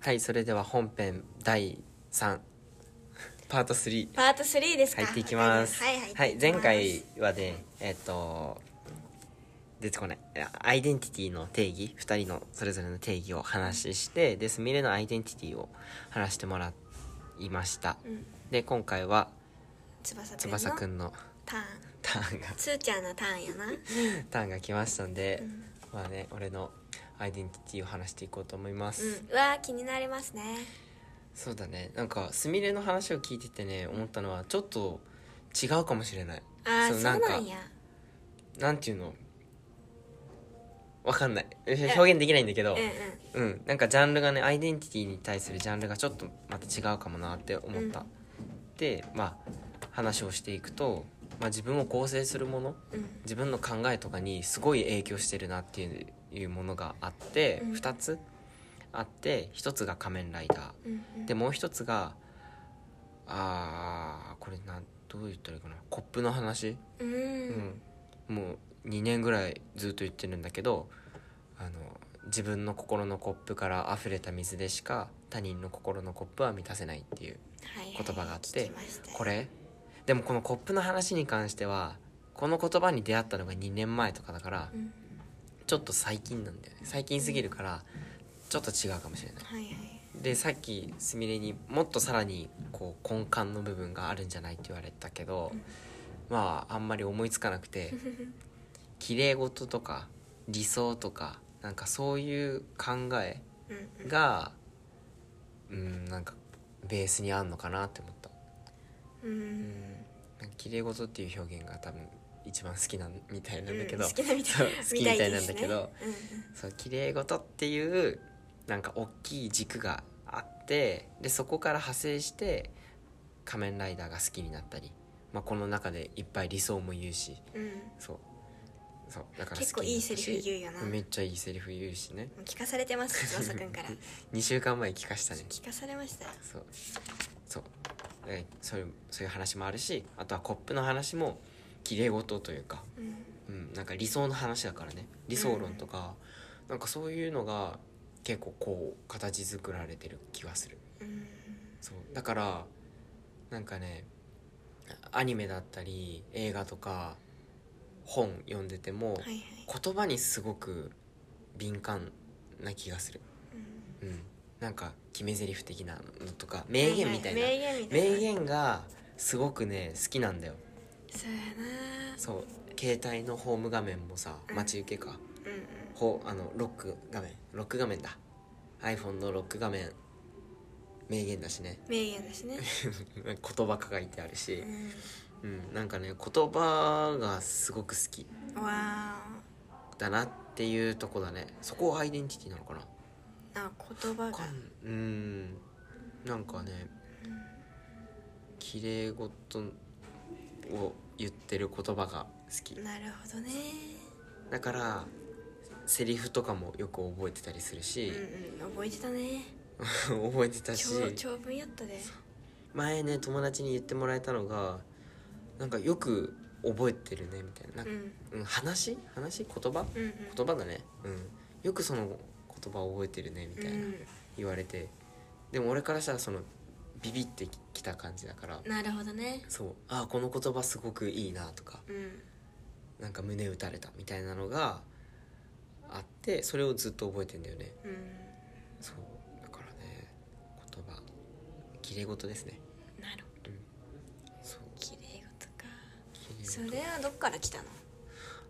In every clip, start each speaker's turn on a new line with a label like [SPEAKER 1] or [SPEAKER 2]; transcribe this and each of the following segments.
[SPEAKER 1] はいそれでは本編第3パート3
[SPEAKER 2] パート3ですか
[SPEAKER 1] 入っていきます
[SPEAKER 2] はいはい、
[SPEAKER 1] はい、前回はねえっと出てこないあアイデンティティの定義2人のそれぞれの定義を話してでスミレのアイデンティティを話してもらいました
[SPEAKER 2] うん、
[SPEAKER 1] で今回は
[SPEAKER 2] 翼くんの
[SPEAKER 1] 翼くんの
[SPEAKER 2] ターン
[SPEAKER 1] ターンが
[SPEAKER 2] つーちゃんのターンやな、
[SPEAKER 1] ターンが来ましたんで、
[SPEAKER 2] うん
[SPEAKER 1] まあね俺のアイデンティティを話していこうと思います、
[SPEAKER 2] うん、うわー気になりますね
[SPEAKER 1] そうだねなんかすみれの話を聞いててね思ったのはちょっと違うかもしれない
[SPEAKER 2] ああ
[SPEAKER 1] そ
[SPEAKER 2] そうう
[SPEAKER 1] な
[SPEAKER 2] なんん
[SPEAKER 1] か
[SPEAKER 2] や
[SPEAKER 1] なんていうのわかんない表現できないんだけど
[SPEAKER 2] うんうん
[SPEAKER 1] うんなんかジャンルがねアイデンティティに対するジャンルがちょっとまた違うかもなって思った、
[SPEAKER 2] うん
[SPEAKER 1] でまあ話をしていくと、まあ、自分を構成するもの
[SPEAKER 2] うん
[SPEAKER 1] 自分の考えとかにすごい影響してるなっていういうものがあって、
[SPEAKER 2] うん
[SPEAKER 1] 2つあって1つが「仮面ライダ
[SPEAKER 2] うんう
[SPEAKER 1] ー」
[SPEAKER 2] ん
[SPEAKER 1] でもう1つがあーこれなんどう言ったらいいかなコップの話、
[SPEAKER 2] うん
[SPEAKER 1] うんもう2年ぐらいずっと言ってるんだけどあの自分の心のコップから溢れた水でしか他人の心のコップは満たせないっていう
[SPEAKER 2] はいはい
[SPEAKER 1] 言葉があって
[SPEAKER 2] 聞きました
[SPEAKER 1] これでもこのコップの話に関してはこの言葉に出会ったのが2年前とかだから
[SPEAKER 2] うん
[SPEAKER 1] ちょっと最近なんだよね最近すぎるからちょっと違うかもしれない
[SPEAKER 2] はいはい
[SPEAKER 1] でさっきすみれにもっとさらにこう根幹の部分があるんじゃないって言われたけど
[SPEAKER 2] うん
[SPEAKER 1] まああんまり思いつかなく て綺麗事とか理想とかなんかそういう考え
[SPEAKER 2] うんうん
[SPEAKER 1] がうんなんかベースにあんのかなって思った
[SPEAKER 2] うん
[SPEAKER 1] うん綺麗事っていう表現が多分一番好きなんみたいな
[SPEAKER 2] うん
[SPEAKER 1] だ
[SPEAKER 2] ん
[SPEAKER 1] けど、
[SPEAKER 2] 好きなみた
[SPEAKER 1] そう
[SPEAKER 2] い
[SPEAKER 1] 好きみたいなんだけど、
[SPEAKER 2] みたいですね
[SPEAKER 1] そう綺麗事っていうなんか大きい軸があってでそこから派生して仮面ライダーが好きになったり、まあ、この中でいっぱい理想も言うし
[SPEAKER 2] うんうんうん
[SPEAKER 1] そうそうだから
[SPEAKER 2] 結構いいセリフ
[SPEAKER 1] う
[SPEAKER 2] 言うよな
[SPEAKER 1] め
[SPEAKER 2] も
[SPEAKER 1] っちゃいいセリフ言うしね
[SPEAKER 2] う聞かされてます翼くん から
[SPEAKER 1] 2週間前聞かしたね
[SPEAKER 2] 聞かされましたよ
[SPEAKER 1] そうそうえそういうそういう話もあるしあとはコップの話も綺麗事というか、
[SPEAKER 2] うん
[SPEAKER 1] うん、なんか理想の話だからね理想論とか、なんかそういうのが結構こう形作られてる気はする
[SPEAKER 2] うん
[SPEAKER 1] そうだからなんかねアニメだったり映画とか本読んでても、
[SPEAKER 2] はいはい
[SPEAKER 1] 言葉にすごく敏感な気がする、
[SPEAKER 2] うん
[SPEAKER 1] うん、なんか決め台詞的なのとか名言みたいな、
[SPEAKER 2] はは名言みたいな
[SPEAKER 1] 名言がすごくね好きなんだよ
[SPEAKER 2] そうやな
[SPEAKER 1] そう携帯のホーム画面もさ
[SPEAKER 2] うん
[SPEAKER 1] 待ち受けか、
[SPEAKER 2] うんうん
[SPEAKER 1] ほあのロック画面ロック画面だ iPhone のロック画面名言だしね
[SPEAKER 2] 名言だしね、
[SPEAKER 1] 言葉書いてあるし
[SPEAKER 2] う、ん、
[SPEAKER 1] うん、なんかね言葉がすごく好き
[SPEAKER 2] わ
[SPEAKER 1] だなっていうとこだねそこはアイデンティティなのかな
[SPEAKER 2] ーあ言葉が
[SPEAKER 1] かんうんなんかね綺麗事を言ってる言葉が好き
[SPEAKER 2] なるほどね
[SPEAKER 1] だからセリフとかもよく覚えてたりする
[SPEAKER 2] う
[SPEAKER 1] し、
[SPEAKER 2] んうん覚えてたね
[SPEAKER 1] 覚えてたし
[SPEAKER 2] 長長文やったで
[SPEAKER 1] 前ね友達に言ってもらえたのがなんかよく覚えてるねみたいななん
[SPEAKER 2] う
[SPEAKER 1] か、
[SPEAKER 2] ん
[SPEAKER 1] うん、話話言葉
[SPEAKER 2] うんうん
[SPEAKER 1] 言葉だねうんよくその言葉を覚えてるねみたいな、
[SPEAKER 2] う
[SPEAKER 1] 言われてでも俺からしたらそのビビってきた感じだから
[SPEAKER 2] んなるほどね
[SPEAKER 1] そうああこの言葉すごくいいなとか
[SPEAKER 2] うん
[SPEAKER 1] なんか胸打たれたみたいなのがあってそれをずっと覚えてんだよね
[SPEAKER 2] うん
[SPEAKER 1] そうだからね言葉綺麗事ですね
[SPEAKER 2] なる
[SPEAKER 1] そう
[SPEAKER 2] 綺麗事か
[SPEAKER 1] 綺麗
[SPEAKER 2] そ
[SPEAKER 1] 事
[SPEAKER 2] れはどっから来たの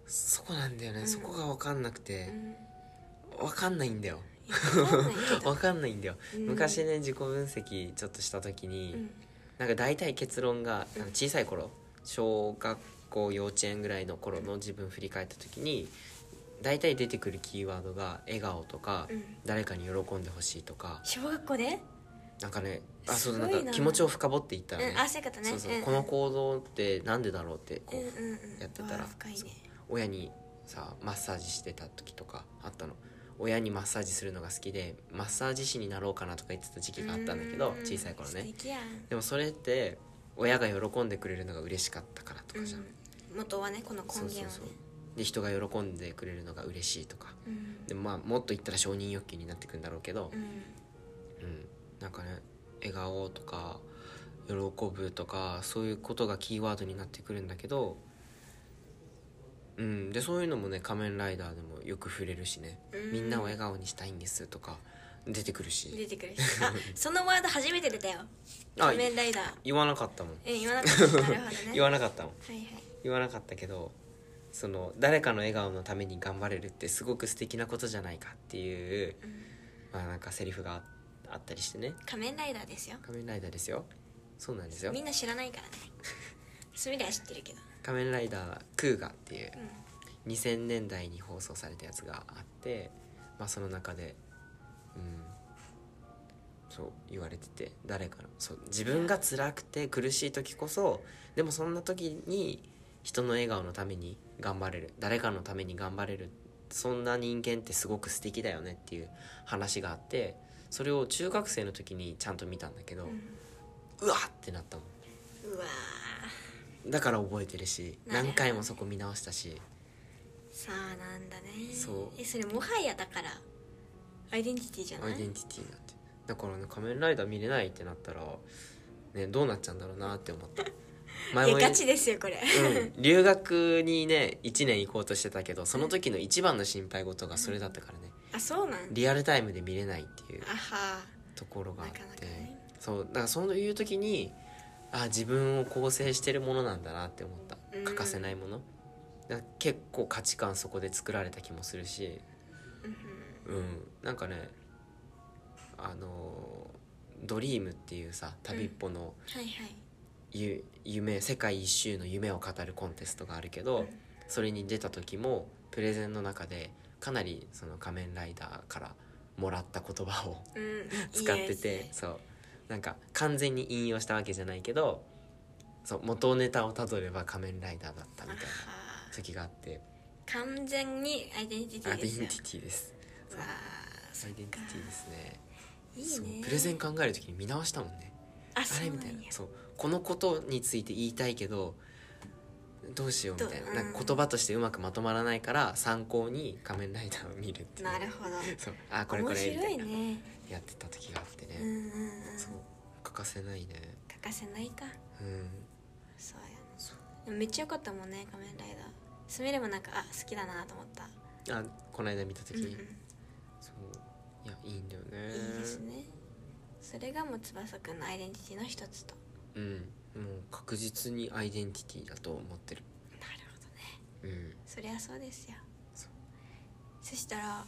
[SPEAKER 1] そこなんだよね、
[SPEAKER 2] うん
[SPEAKER 1] そこが分かんなく
[SPEAKER 2] う
[SPEAKER 1] て
[SPEAKER 2] ん
[SPEAKER 1] 分かんないんだよ
[SPEAKER 2] いやわかんないけど
[SPEAKER 1] 分かんないんだよ、
[SPEAKER 2] うん
[SPEAKER 1] 昔ね自己分析ちょっとした時に、
[SPEAKER 2] うん
[SPEAKER 1] なんか大体結論があ
[SPEAKER 2] うん
[SPEAKER 1] の小さい頃小学校幼稚園ぐらいの頃の自分振り返った時に大体出てくるキーワードが笑顔とか、
[SPEAKER 2] うん
[SPEAKER 1] 誰かに喜んでほしいとか
[SPEAKER 2] 小学校で
[SPEAKER 1] なんかねあそうだ
[SPEAKER 2] すごい
[SPEAKER 1] な
[SPEAKER 2] なん
[SPEAKER 1] か気持ちを深掘っていったらね、
[SPEAKER 2] うんあそういうことね
[SPEAKER 1] そうそう、
[SPEAKER 2] うん
[SPEAKER 1] この行動ってなんでだろうってこ
[SPEAKER 2] う
[SPEAKER 1] う、
[SPEAKER 2] んうんうん
[SPEAKER 1] やってたら
[SPEAKER 2] うわ深いね
[SPEAKER 1] 親にさマッサージしてた時とかあったの親にマッサージするのが好きでマッサージ師になろうかなとか言ってた時期があったんだけど
[SPEAKER 2] う
[SPEAKER 1] 小さい頃
[SPEAKER 2] 素
[SPEAKER 1] ね
[SPEAKER 2] 敵やん
[SPEAKER 1] でもそれって親が喜んでくれるのが嬉しかったからとかじゃん、
[SPEAKER 2] うん元はねこの根
[SPEAKER 1] そう
[SPEAKER 2] 源
[SPEAKER 1] そう
[SPEAKER 2] はね
[SPEAKER 1] そうで人が喜んでくれるのが嬉しいとか
[SPEAKER 2] うん
[SPEAKER 1] でもまあもっと言ったら承認欲求になってくんだろうけど
[SPEAKER 2] うん
[SPEAKER 1] うん、なんかね笑顔とか喜ぶとかそういうことがキーワードになってくるんだけど、うん、でそういうのもね「仮面ライダー」でもよく触れるしね
[SPEAKER 2] うん
[SPEAKER 1] みんなを笑顔にしたいんですとか出てくるし
[SPEAKER 2] 出てくるしあそのワード初めて出 たよ「仮面ライダー
[SPEAKER 1] 言わなかったもん」
[SPEAKER 2] え言わなかったなる ほどね
[SPEAKER 1] 言わなかったもん
[SPEAKER 2] はいはい
[SPEAKER 1] 言わなかったけどその誰かの笑顔のために頑張れるってすごく素敵なことじゃないかっていう、まあなんかセリフがああったりしてね
[SPEAKER 2] 仮面ライダーですよ
[SPEAKER 1] 「仮面ライダー」ですよそうなんですよ
[SPEAKER 2] みんな知らないからねスミレは知ってるけど
[SPEAKER 1] 「仮面ライダークーガ」っていう
[SPEAKER 2] うん
[SPEAKER 1] 2000年代に放送されたやつがあって、まあ、その中でうんそう言われてて誰からそう自分が辛くて苦しい時こそでもそんな時に人の笑顔のために頑張れる誰かのために頑張れるそんな人間ってすごく素敵だよねっていう話があってそれを中学生の時にちゃんと見たんだけど、うわっってなったもん
[SPEAKER 2] うわー
[SPEAKER 1] だから覚えてるし
[SPEAKER 2] なるほど
[SPEAKER 1] 何回もそこ見直したし
[SPEAKER 2] さあなんだね
[SPEAKER 1] そう
[SPEAKER 2] えそれもはやだからアイデンティティじゃ
[SPEAKER 1] ア
[SPEAKER 2] な
[SPEAKER 1] イ
[SPEAKER 2] い
[SPEAKER 1] デンティティになってだからね「仮面ライダー」見れないってなったらねどうなっちゃうんだろうなって思 った
[SPEAKER 2] いや
[SPEAKER 1] も言
[SPEAKER 2] ガチですよこれ
[SPEAKER 1] うん、留学にね1年行こうとしてたけどその時の一番の心配事がそれだったからね
[SPEAKER 2] あそうなん
[SPEAKER 1] リアルタイムで見れないっていう
[SPEAKER 2] あは
[SPEAKER 1] ところがあって
[SPEAKER 2] なかなかね
[SPEAKER 1] そうだからそういう時にあ自分を構成してるものなんだなって思った
[SPEAKER 2] うん
[SPEAKER 1] 欠かせないものだから結構価値観そこで作られた気もするし
[SPEAKER 2] うん
[SPEAKER 1] うん、なんかねあのー「ドリームっていうさ旅っぽの
[SPEAKER 2] はいはい
[SPEAKER 1] ゆ、夢世界一周の夢を語るコンテストがあるけど、
[SPEAKER 2] うん
[SPEAKER 1] それに出た時もプレゼンの中でかなりその仮面ライダーからもらった言葉を
[SPEAKER 2] うん
[SPEAKER 1] 使っててそうなんか完全に引用したわけじゃないけどそう元ネタをたどれば仮面ライダーだった
[SPEAKER 2] あ
[SPEAKER 1] みた
[SPEAKER 2] はい
[SPEAKER 1] な時があって
[SPEAKER 2] 完全にアイデンティテ
[SPEAKER 1] ア
[SPEAKER 2] ィ
[SPEAKER 1] イデ
[SPEAKER 2] で
[SPEAKER 1] ン
[SPEAKER 2] す
[SPEAKER 1] テ
[SPEAKER 2] よ
[SPEAKER 1] ィティです
[SPEAKER 2] わ
[SPEAKER 1] アイデンティティですね
[SPEAKER 2] ー
[SPEAKER 1] そう
[SPEAKER 2] いいね
[SPEAKER 1] プレゼン考える時に見直したもんね
[SPEAKER 2] あ
[SPEAKER 1] あ
[SPEAKER 2] そ
[SPEAKER 1] れ
[SPEAKER 2] うな
[SPEAKER 1] み
[SPEAKER 2] ん
[SPEAKER 1] たいな
[SPEAKER 2] や
[SPEAKER 1] そうこのことについて言いたいけどどうしようみたいな
[SPEAKER 2] ど
[SPEAKER 1] なん
[SPEAKER 2] う
[SPEAKER 1] か
[SPEAKER 2] ん
[SPEAKER 1] 言葉としてうまくまとまらないから参考に「仮面ライダー」を見るっていう
[SPEAKER 2] なるほど
[SPEAKER 1] そうあこれこ
[SPEAKER 2] 面
[SPEAKER 1] れみ
[SPEAKER 2] 白
[SPEAKER 1] た
[SPEAKER 2] い
[SPEAKER 1] いな
[SPEAKER 2] ね
[SPEAKER 1] やってた時があって
[SPEAKER 2] うんう
[SPEAKER 1] ね、
[SPEAKER 2] んうん
[SPEAKER 1] そう欠かせないね
[SPEAKER 2] 欠かせないか
[SPEAKER 1] うん
[SPEAKER 2] そう
[SPEAKER 1] そう
[SPEAKER 2] やなめっちゃ良かったもんね仮面ライダースミレもなんかあ好きだなと思った
[SPEAKER 1] あこの間見た時、
[SPEAKER 2] うんうん
[SPEAKER 1] そういやいいんだよね
[SPEAKER 2] いいですねそれがもう翼くんのアイデンティティの一つと
[SPEAKER 1] うんもう確実にアイデンティティだと思ってる
[SPEAKER 2] なるほどね
[SPEAKER 1] うん
[SPEAKER 2] そりゃそうですよ
[SPEAKER 1] そう
[SPEAKER 2] そしたら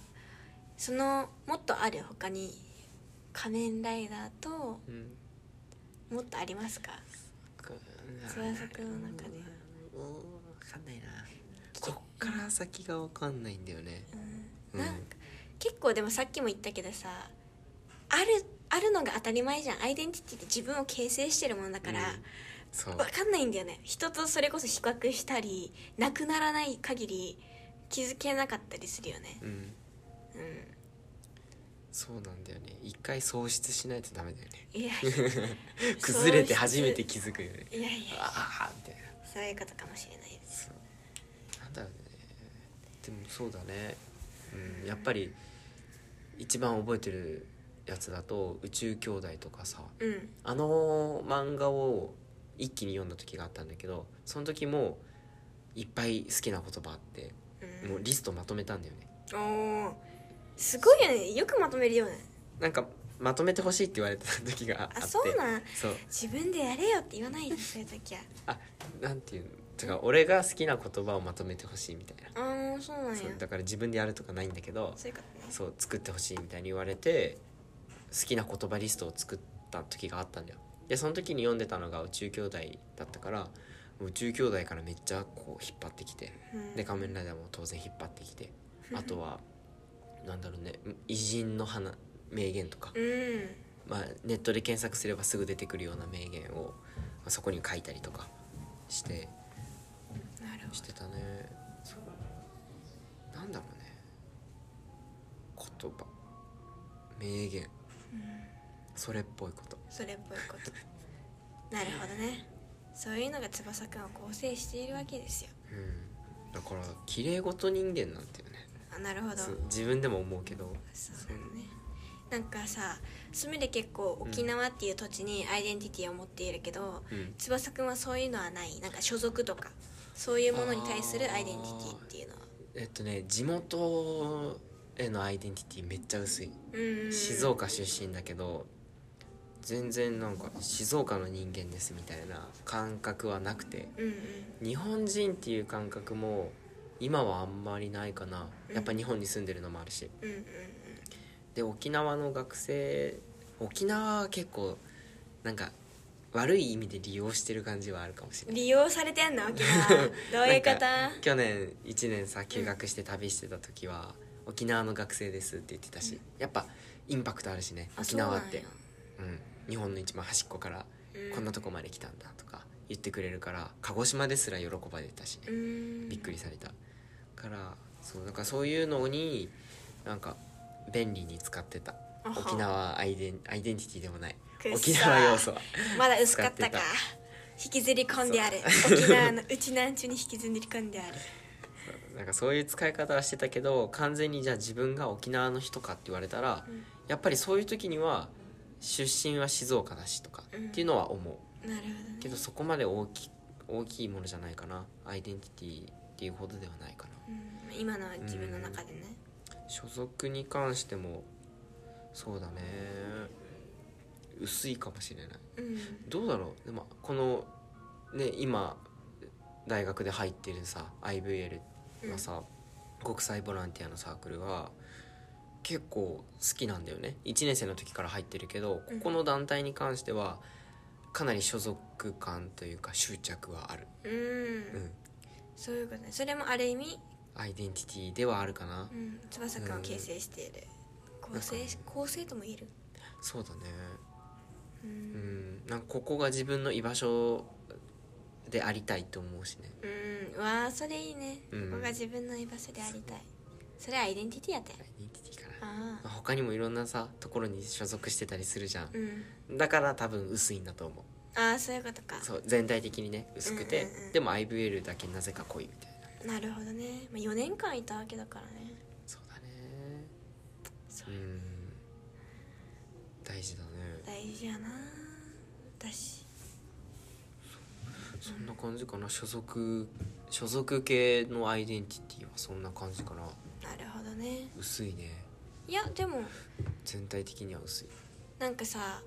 [SPEAKER 2] そのもっとある他に仮面ライダーと
[SPEAKER 1] うん
[SPEAKER 2] もっとありますか翼くんの中で
[SPEAKER 1] うん分かんないなこっから先が分かんないんだよね
[SPEAKER 2] う
[SPEAKER 1] うんん
[SPEAKER 2] なんか結構でもさっきも言ったけどさあるあるのが当たり前じゃんアイデンティティって自分を形成してるものだから、
[SPEAKER 1] うんそう
[SPEAKER 2] わかんないんだよね人とそれこそ比較したりなくならない限り気づけなかったりするよね
[SPEAKER 1] うん
[SPEAKER 2] うん
[SPEAKER 1] そうなんだよね一回喪失しないとダメだよね
[SPEAKER 2] いや
[SPEAKER 1] 崩れて初めて気づくよね
[SPEAKER 2] いやいや
[SPEAKER 1] ああみたいな
[SPEAKER 2] そういうことかもしれないです
[SPEAKER 1] そうなんだろうねでもそうだねうんやっぱり一番覚えてるやつだと「宇宙兄弟」とかさ
[SPEAKER 2] うん
[SPEAKER 1] あの漫画を一気に読んだ時があったんだけどその時もいっぱい好きな言葉あって
[SPEAKER 2] うん
[SPEAKER 1] もうリストまとめたんだよね
[SPEAKER 2] おーすごいよねよくまとめるよね
[SPEAKER 1] なんかまとめてほしいって言われてた時があって
[SPEAKER 2] あそうなん
[SPEAKER 1] そう
[SPEAKER 2] 自分でやれよって言わないでそういう時は
[SPEAKER 1] あなんていうのてか俺が好きな言葉をまとめてほしいみたいな、
[SPEAKER 2] ああそうなんや
[SPEAKER 1] そうだから自分でやるとかないんだけど
[SPEAKER 2] そういうことね
[SPEAKER 1] そう作ってほしいみたいに言われて好きな言葉リストを作った時があったんだよでその時に読んでたのが宇宙兄弟だったから宇宙兄弟からめっちゃこう引っ張ってきて
[SPEAKER 2] うん
[SPEAKER 1] で仮面ライダーも当然引っ張ってきてあとはなんだろうね偉人の花名言とか、
[SPEAKER 2] うん
[SPEAKER 1] まあ、ネットで検索すればすぐ出てくるような名言を、まあ、そこに書いたりとかして
[SPEAKER 2] なるほ
[SPEAKER 1] してたねそうなんだろうね言葉名言
[SPEAKER 2] ど、うん
[SPEAKER 1] それっぽいこと
[SPEAKER 2] それっぽいことなるほどねそういうのが翼くんを構成しているわけですよ
[SPEAKER 1] うんだから綺麗事人間なんてよね
[SPEAKER 2] あなるほどそ
[SPEAKER 1] そうう自分でも思うけど
[SPEAKER 2] だねなんかさ住むで結構沖縄っていう土地にアイデンティティを持っているけど、
[SPEAKER 1] うん
[SPEAKER 2] 翼くんはそういうのはないなんか所属とかそういうものに対するアイデンティティっていうのは
[SPEAKER 1] えっとね地元へのアイデンティティめっちゃ薄い
[SPEAKER 2] うん
[SPEAKER 1] 静岡出身だけど全然なんか静岡の人間ですみたいな感覚はなくて
[SPEAKER 2] うんうん
[SPEAKER 1] 日本人っていう感覚も今はあんまりないかなやっぱ日本に住んでるのもあるし
[SPEAKER 2] うんうん
[SPEAKER 1] で沖縄の学生沖縄は結構なんか悪い意味で利用してる感じはあるかもしれ
[SPEAKER 2] うん
[SPEAKER 1] ない
[SPEAKER 2] 利用されてんの沖 縄どういう方
[SPEAKER 1] なんか去年1年さ休学して旅してた時は、沖縄の学生ですって言ってたし、やっぱインパクトあるしね
[SPEAKER 2] あ
[SPEAKER 1] 沖
[SPEAKER 2] そうなん
[SPEAKER 1] 縄
[SPEAKER 2] や
[SPEAKER 1] ってう、ん、日本の一番端っこから
[SPEAKER 2] うん
[SPEAKER 1] こんなとこまで来たんだとか言ってくれるから鹿児島ですら喜ばれたしね
[SPEAKER 2] うん
[SPEAKER 1] びっくりされたからそうなんかそういうのになんか便利に使ってた
[SPEAKER 2] あは
[SPEAKER 1] 沖縄アイデンアイデンティティでもない
[SPEAKER 2] くっさ
[SPEAKER 1] 沖縄要素は
[SPEAKER 2] まだ薄かった
[SPEAKER 1] 使って
[SPEAKER 2] か
[SPEAKER 1] た
[SPEAKER 2] 引きずり込んである沖縄のうちなんちゅに引きずり込んである
[SPEAKER 1] なんかそういう使い方はしてたけど完全にじゃあ自分が沖縄の人かって言われたら、
[SPEAKER 2] うん
[SPEAKER 1] やっぱりそういう時には出身は静岡だしとか
[SPEAKER 2] うん
[SPEAKER 1] っていうのは思う、
[SPEAKER 2] なるほどね
[SPEAKER 1] けどそこまで大き大きいものじゃないかなアイデンティティっていうほどではないかな
[SPEAKER 2] うん今の自分の中でね
[SPEAKER 1] 所属に関してもそうだね薄いかもしれない
[SPEAKER 2] うん
[SPEAKER 1] どうだろうでもこのね今大学で入ってるさ IVL はさ、国際ボランティアのサークルは結構好きなんだよね1年生の時から入ってるけど
[SPEAKER 2] うん
[SPEAKER 1] ここの団体に関してはかなり所属感というか執着はある、
[SPEAKER 2] うん、
[SPEAKER 1] うん、
[SPEAKER 2] そういうことねそれもある意味、
[SPEAKER 1] アイデンティティではあるかな、
[SPEAKER 2] うん、翼くんを形成している構成
[SPEAKER 1] なんか
[SPEAKER 2] 構成とも言える
[SPEAKER 1] そうだね
[SPEAKER 2] う、
[SPEAKER 1] うんんなんかここが自分の居場所でありたいと思うしね
[SPEAKER 2] うん、わあそれいいね、
[SPEAKER 1] うん
[SPEAKER 2] ここが自分の居場所でありたいそれはアイデンティティやて
[SPEAKER 1] アイデンティティかな
[SPEAKER 2] あ
[SPEAKER 1] まあ
[SPEAKER 2] あ
[SPEAKER 1] 他にもいろんなさところに所属してたりするじゃん、
[SPEAKER 2] うん
[SPEAKER 1] だから多分薄いんだと思
[SPEAKER 2] ああそういうことか
[SPEAKER 1] うそう全体的にね薄くて、
[SPEAKER 2] うんうんうん
[SPEAKER 1] でも IVL だけなぜか濃いみたいな
[SPEAKER 2] なるほどね、まあ、4年間いたわけだからね
[SPEAKER 1] そうだね
[SPEAKER 2] そううん
[SPEAKER 1] 大事だね
[SPEAKER 2] 大事やなだし
[SPEAKER 1] そんな感じかな所属所属系のアイデンティティはそんな感じかな
[SPEAKER 2] なるほどね
[SPEAKER 1] 薄いね
[SPEAKER 2] いやでも
[SPEAKER 1] 全体的には薄い
[SPEAKER 2] なんかさ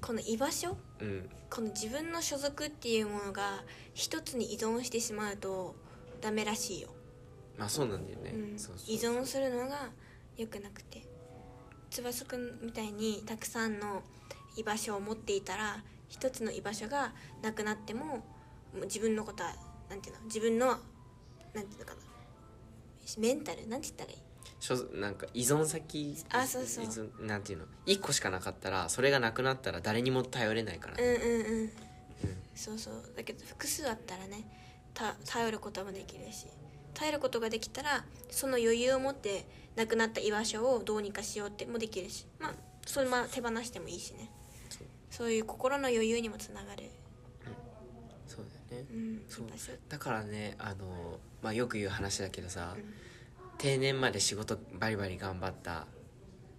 [SPEAKER 2] この居場所
[SPEAKER 1] うん
[SPEAKER 2] この自分の所属っていうものが一つに依存してしまうとダメらしいよ、
[SPEAKER 1] まあそうなんだよね、
[SPEAKER 2] うん、
[SPEAKER 1] そうそう
[SPEAKER 2] 依存するのが良くなくて翼くんみたいにたくさんの居場所を持っていたら一つの居場所がなくなってももう自分のことはなんていうの自分のなんていうのかなメンタルなんて言ったらいい
[SPEAKER 1] 所属なんか依存先
[SPEAKER 2] あそうそう
[SPEAKER 1] 依存なんていうの1個しかなかったらそれがなくなったら誰にも頼れないからね、
[SPEAKER 2] うんうんうん
[SPEAKER 1] うん
[SPEAKER 2] そうそうだけど複数あったらねた頼ることもできるし頼ることができたらその余裕を持ってなくなった居場所をどうにかしようってもできるしまあそのまま手放してもいいしね
[SPEAKER 1] そう
[SPEAKER 2] そういう心の余裕にもつながる、
[SPEAKER 1] そうだよね、
[SPEAKER 2] うん、
[SPEAKER 1] そう
[SPEAKER 2] 居場所
[SPEAKER 1] だからねあの、まあ、よく言う話だけどさ、
[SPEAKER 2] うん
[SPEAKER 1] 定年まで仕事バリバリ頑張った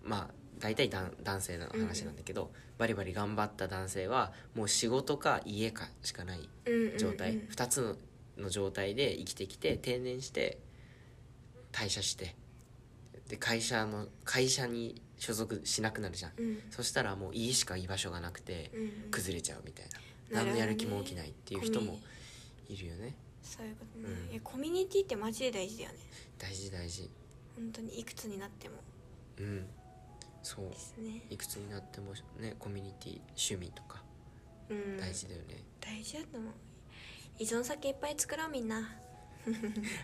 [SPEAKER 1] まあ大体男男性の話なんだけど、バリバリ頑張った男性はもう仕事か家かしかない
[SPEAKER 2] うんうん
[SPEAKER 1] 状態、
[SPEAKER 2] うん
[SPEAKER 1] 2つの状態で生きてきて定年して退社してで会社の会社に所属しなくなるじゃん、
[SPEAKER 2] うん
[SPEAKER 1] そしたらもう家しか居場所がなくて
[SPEAKER 2] うんうん
[SPEAKER 1] 崩れちゃうみたいな、
[SPEAKER 2] な
[SPEAKER 1] 何
[SPEAKER 2] るほどね
[SPEAKER 1] のやる気も起きないっていう人
[SPEAKER 2] コミ
[SPEAKER 1] もいるよね
[SPEAKER 2] そういうことね、
[SPEAKER 1] うん
[SPEAKER 2] いやコミュニティってマジで大事だよね
[SPEAKER 1] 大事大事
[SPEAKER 2] 本当にいくつになっても
[SPEAKER 1] うんそう
[SPEAKER 2] ですね
[SPEAKER 1] いくつになってもねコミュニティ趣味とか
[SPEAKER 2] うん
[SPEAKER 1] 大事だよね、
[SPEAKER 2] 大事だと思う依存先いっぱい作ろうみんな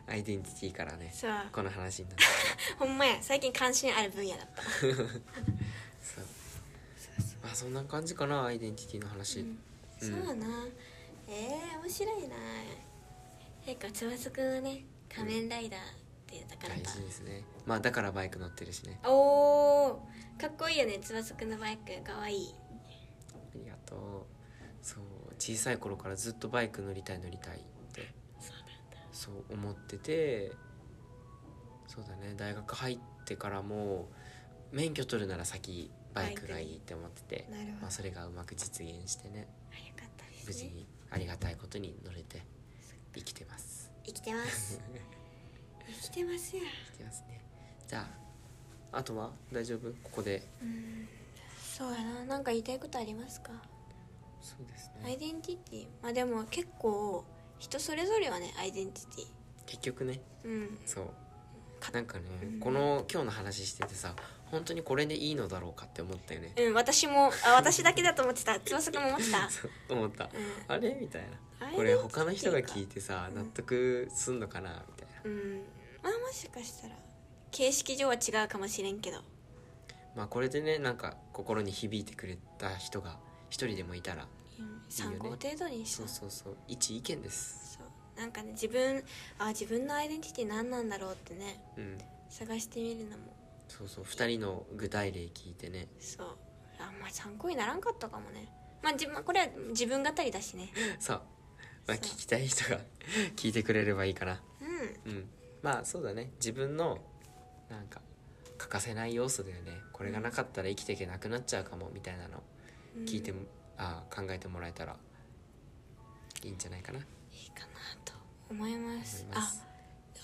[SPEAKER 1] アイデンティティからね
[SPEAKER 2] そう
[SPEAKER 1] この話になった
[SPEAKER 2] ほんまや最近関心ある分野だった
[SPEAKER 1] そうまあそんな感じかなアイデンティティの話、
[SPEAKER 2] そうだなえー、面白いなえか翼くんはね仮面ライダーって言ったから
[SPEAKER 1] 大事ですねまあだからバイク乗ってるしね
[SPEAKER 2] おーかっこいいよね翼くんのバイクかわいい
[SPEAKER 1] ありがとうそう小さい頃からずっとバイク乗りたい乗りたいって
[SPEAKER 2] そうなんだ
[SPEAKER 1] そう思っててそうだね大学入ってからも免許取るなら先バイクが
[SPEAKER 2] バイク
[SPEAKER 1] い
[SPEAKER 2] に
[SPEAKER 1] いって思ってて、
[SPEAKER 2] なるほど
[SPEAKER 1] まあ、それがうまく実現してね
[SPEAKER 2] あよかった
[SPEAKER 1] 無
[SPEAKER 2] です
[SPEAKER 1] 事
[SPEAKER 2] ね
[SPEAKER 1] にありがたいことに乗れて生きてます
[SPEAKER 2] 生きてます 生きてますよ
[SPEAKER 1] 生きてますねじゃああとは大丈夫ここで
[SPEAKER 2] うんそうやななんか言いたいことありますか
[SPEAKER 1] そうです
[SPEAKER 2] アイデンティティまあでも結構人それぞれはねアイデンティテ
[SPEAKER 1] 結局ね
[SPEAKER 2] ィうん
[SPEAKER 1] そうなんかね、
[SPEAKER 2] うん
[SPEAKER 1] この今日の話しててさ本当にこれでいいのだろうかって思ったよね
[SPEAKER 2] うん私もあ私だけだと思ってた翼くんも思って た
[SPEAKER 1] そう思った
[SPEAKER 2] う
[SPEAKER 1] あれみたい
[SPEAKER 2] あ
[SPEAKER 1] な
[SPEAKER 2] れ
[SPEAKER 1] これ他の人が聞いて
[SPEAKER 2] っ
[SPEAKER 1] さ
[SPEAKER 2] ていうかう
[SPEAKER 1] 納
[SPEAKER 2] ん
[SPEAKER 1] 得すんのかなみたいなん
[SPEAKER 2] うんまあもしかしたら形式上は違うかもしれんけど
[SPEAKER 1] まあこれでねなんか心に響いてくれた人が一人でもいたら
[SPEAKER 2] うん参考程度にし
[SPEAKER 1] そ
[SPEAKER 2] た
[SPEAKER 1] うそうそう一意見です
[SPEAKER 2] そうなんかね自分あ自分のアイデンティティ何なんだろうってね
[SPEAKER 1] うん
[SPEAKER 2] 探してみるのも
[SPEAKER 1] そうそう2人の具体例聞いてね
[SPEAKER 2] そうあんまり参考にならんかったかもねまあじまあこれは自分語りだしね
[SPEAKER 1] さあ、まあ、
[SPEAKER 2] そう
[SPEAKER 1] 聞きたい人が 聞いてくれればいいかな
[SPEAKER 2] うん
[SPEAKER 1] うんまあそうだね自分のなんか欠かせない要素だよねこれがなかったら生きていけなくなっちゃうかもみたいなの
[SPEAKER 2] うん
[SPEAKER 1] 聞いても、あ考えてもらえたらいいんじゃないかなと
[SPEAKER 2] いいかなと思います
[SPEAKER 1] 思います
[SPEAKER 2] あ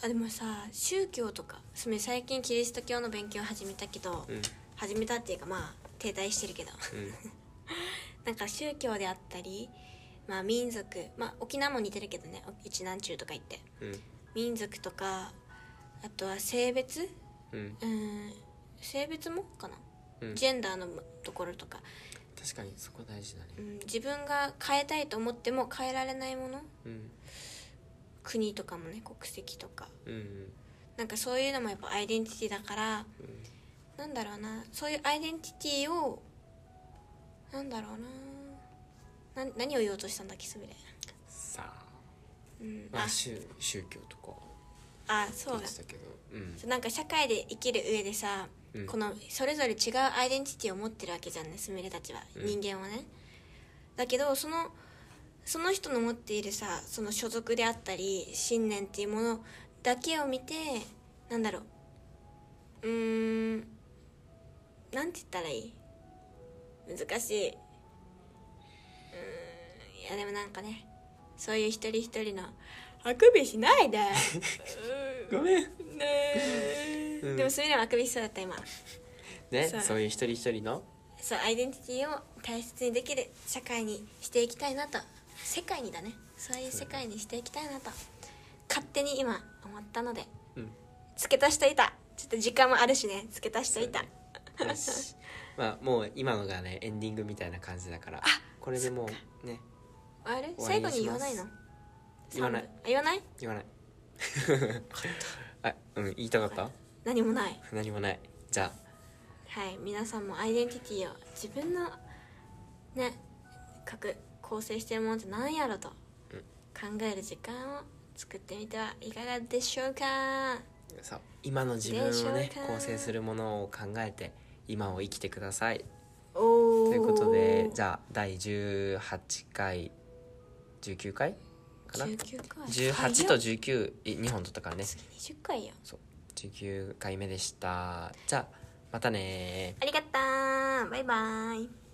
[SPEAKER 2] あでもさ宗教とかつまり最近キリスト教の勉強を始めたけど、
[SPEAKER 1] うん
[SPEAKER 2] 始めたっていうかまあ停滞してるけど
[SPEAKER 1] うん
[SPEAKER 2] なんか宗教であったりまあ民族まあ沖縄も似てるけどねうち南中とか言って
[SPEAKER 1] うん
[SPEAKER 2] 民族とかあとは性別
[SPEAKER 1] うん
[SPEAKER 2] うーん性別もかな、
[SPEAKER 1] うん
[SPEAKER 2] ジェンダーのところとか、
[SPEAKER 1] 確かにそこ大事だ
[SPEAKER 2] う
[SPEAKER 1] ね
[SPEAKER 2] ん、自分が変えたいと思っても変えられないもの
[SPEAKER 1] うん
[SPEAKER 2] 国とかもね国籍とか
[SPEAKER 1] うんうん
[SPEAKER 2] なんかそういうのもやっぱアイデンティティだから
[SPEAKER 1] うん
[SPEAKER 2] なんだろうなそういうアイデンティティをなんだろうなな何を言おうとしたんだっけすみれ、
[SPEAKER 1] さあ
[SPEAKER 2] うん、
[SPEAKER 1] ま
[SPEAKER 2] あ
[SPEAKER 1] あ宗宗教とか
[SPEAKER 2] あそ
[SPEAKER 1] 言
[SPEAKER 2] う
[SPEAKER 1] っ
[SPEAKER 2] だ
[SPEAKER 1] てたけどうん
[SPEAKER 2] なんか社会で生きる上でさ、
[SPEAKER 1] うん
[SPEAKER 2] このそれぞれ違うアイデンティティを持ってるわけじゃんねすみれたちは、
[SPEAKER 1] うん
[SPEAKER 2] 人間はねだけどそのその人の持っているさその所属であったり信念っていうものだけを見てなんだろううーんなんて言ったらいい難しいうーんいやでもなんかねそういう一人一人の「あくびしない で!うーん」
[SPEAKER 1] ごめん
[SPEAKER 2] ねえ
[SPEAKER 1] うん
[SPEAKER 2] でもそれでもあくびしそうだった今
[SPEAKER 1] ね
[SPEAKER 2] そう
[SPEAKER 1] そういう一人一人 の
[SPEAKER 2] そうアイデンティティを大切にできる社会にしていきたいなと世界にだねそういう世界にしていきたいなと勝手に今思ったので
[SPEAKER 1] うん
[SPEAKER 2] 付け足しといたちょっと時間もあるしね付け足しといた、
[SPEAKER 1] よしまあもう今のがねエンディングみたいな感じだからこれでもうね
[SPEAKER 2] あれ
[SPEAKER 1] 終
[SPEAKER 2] 最
[SPEAKER 1] わ
[SPEAKER 2] 後
[SPEAKER 1] りにしま
[SPEAKER 2] に言わ
[SPEAKER 1] す
[SPEAKER 2] ないの
[SPEAKER 1] 言わない
[SPEAKER 2] 三部あ言わない
[SPEAKER 1] 言わない あうん言いたかった
[SPEAKER 2] 何もない
[SPEAKER 1] 何もないじゃ
[SPEAKER 2] はい皆さんもアイデンティティを自分のね各構成してるものって何やろと
[SPEAKER 1] うん
[SPEAKER 2] 考える時間を作ってみてはいかがでしょうか
[SPEAKER 1] あさ今の自分をね
[SPEAKER 2] でしょうか
[SPEAKER 1] 構成するものを考えて今を生きてください
[SPEAKER 2] お
[SPEAKER 1] ということでじ
[SPEAKER 2] ゃ
[SPEAKER 1] ゃあ第18回19回かな
[SPEAKER 2] 19回
[SPEAKER 1] 18と19い2本取ったからね
[SPEAKER 2] 次20回よ
[SPEAKER 1] 19回目でしたじゃあまたねー
[SPEAKER 2] ありがとうバイバイ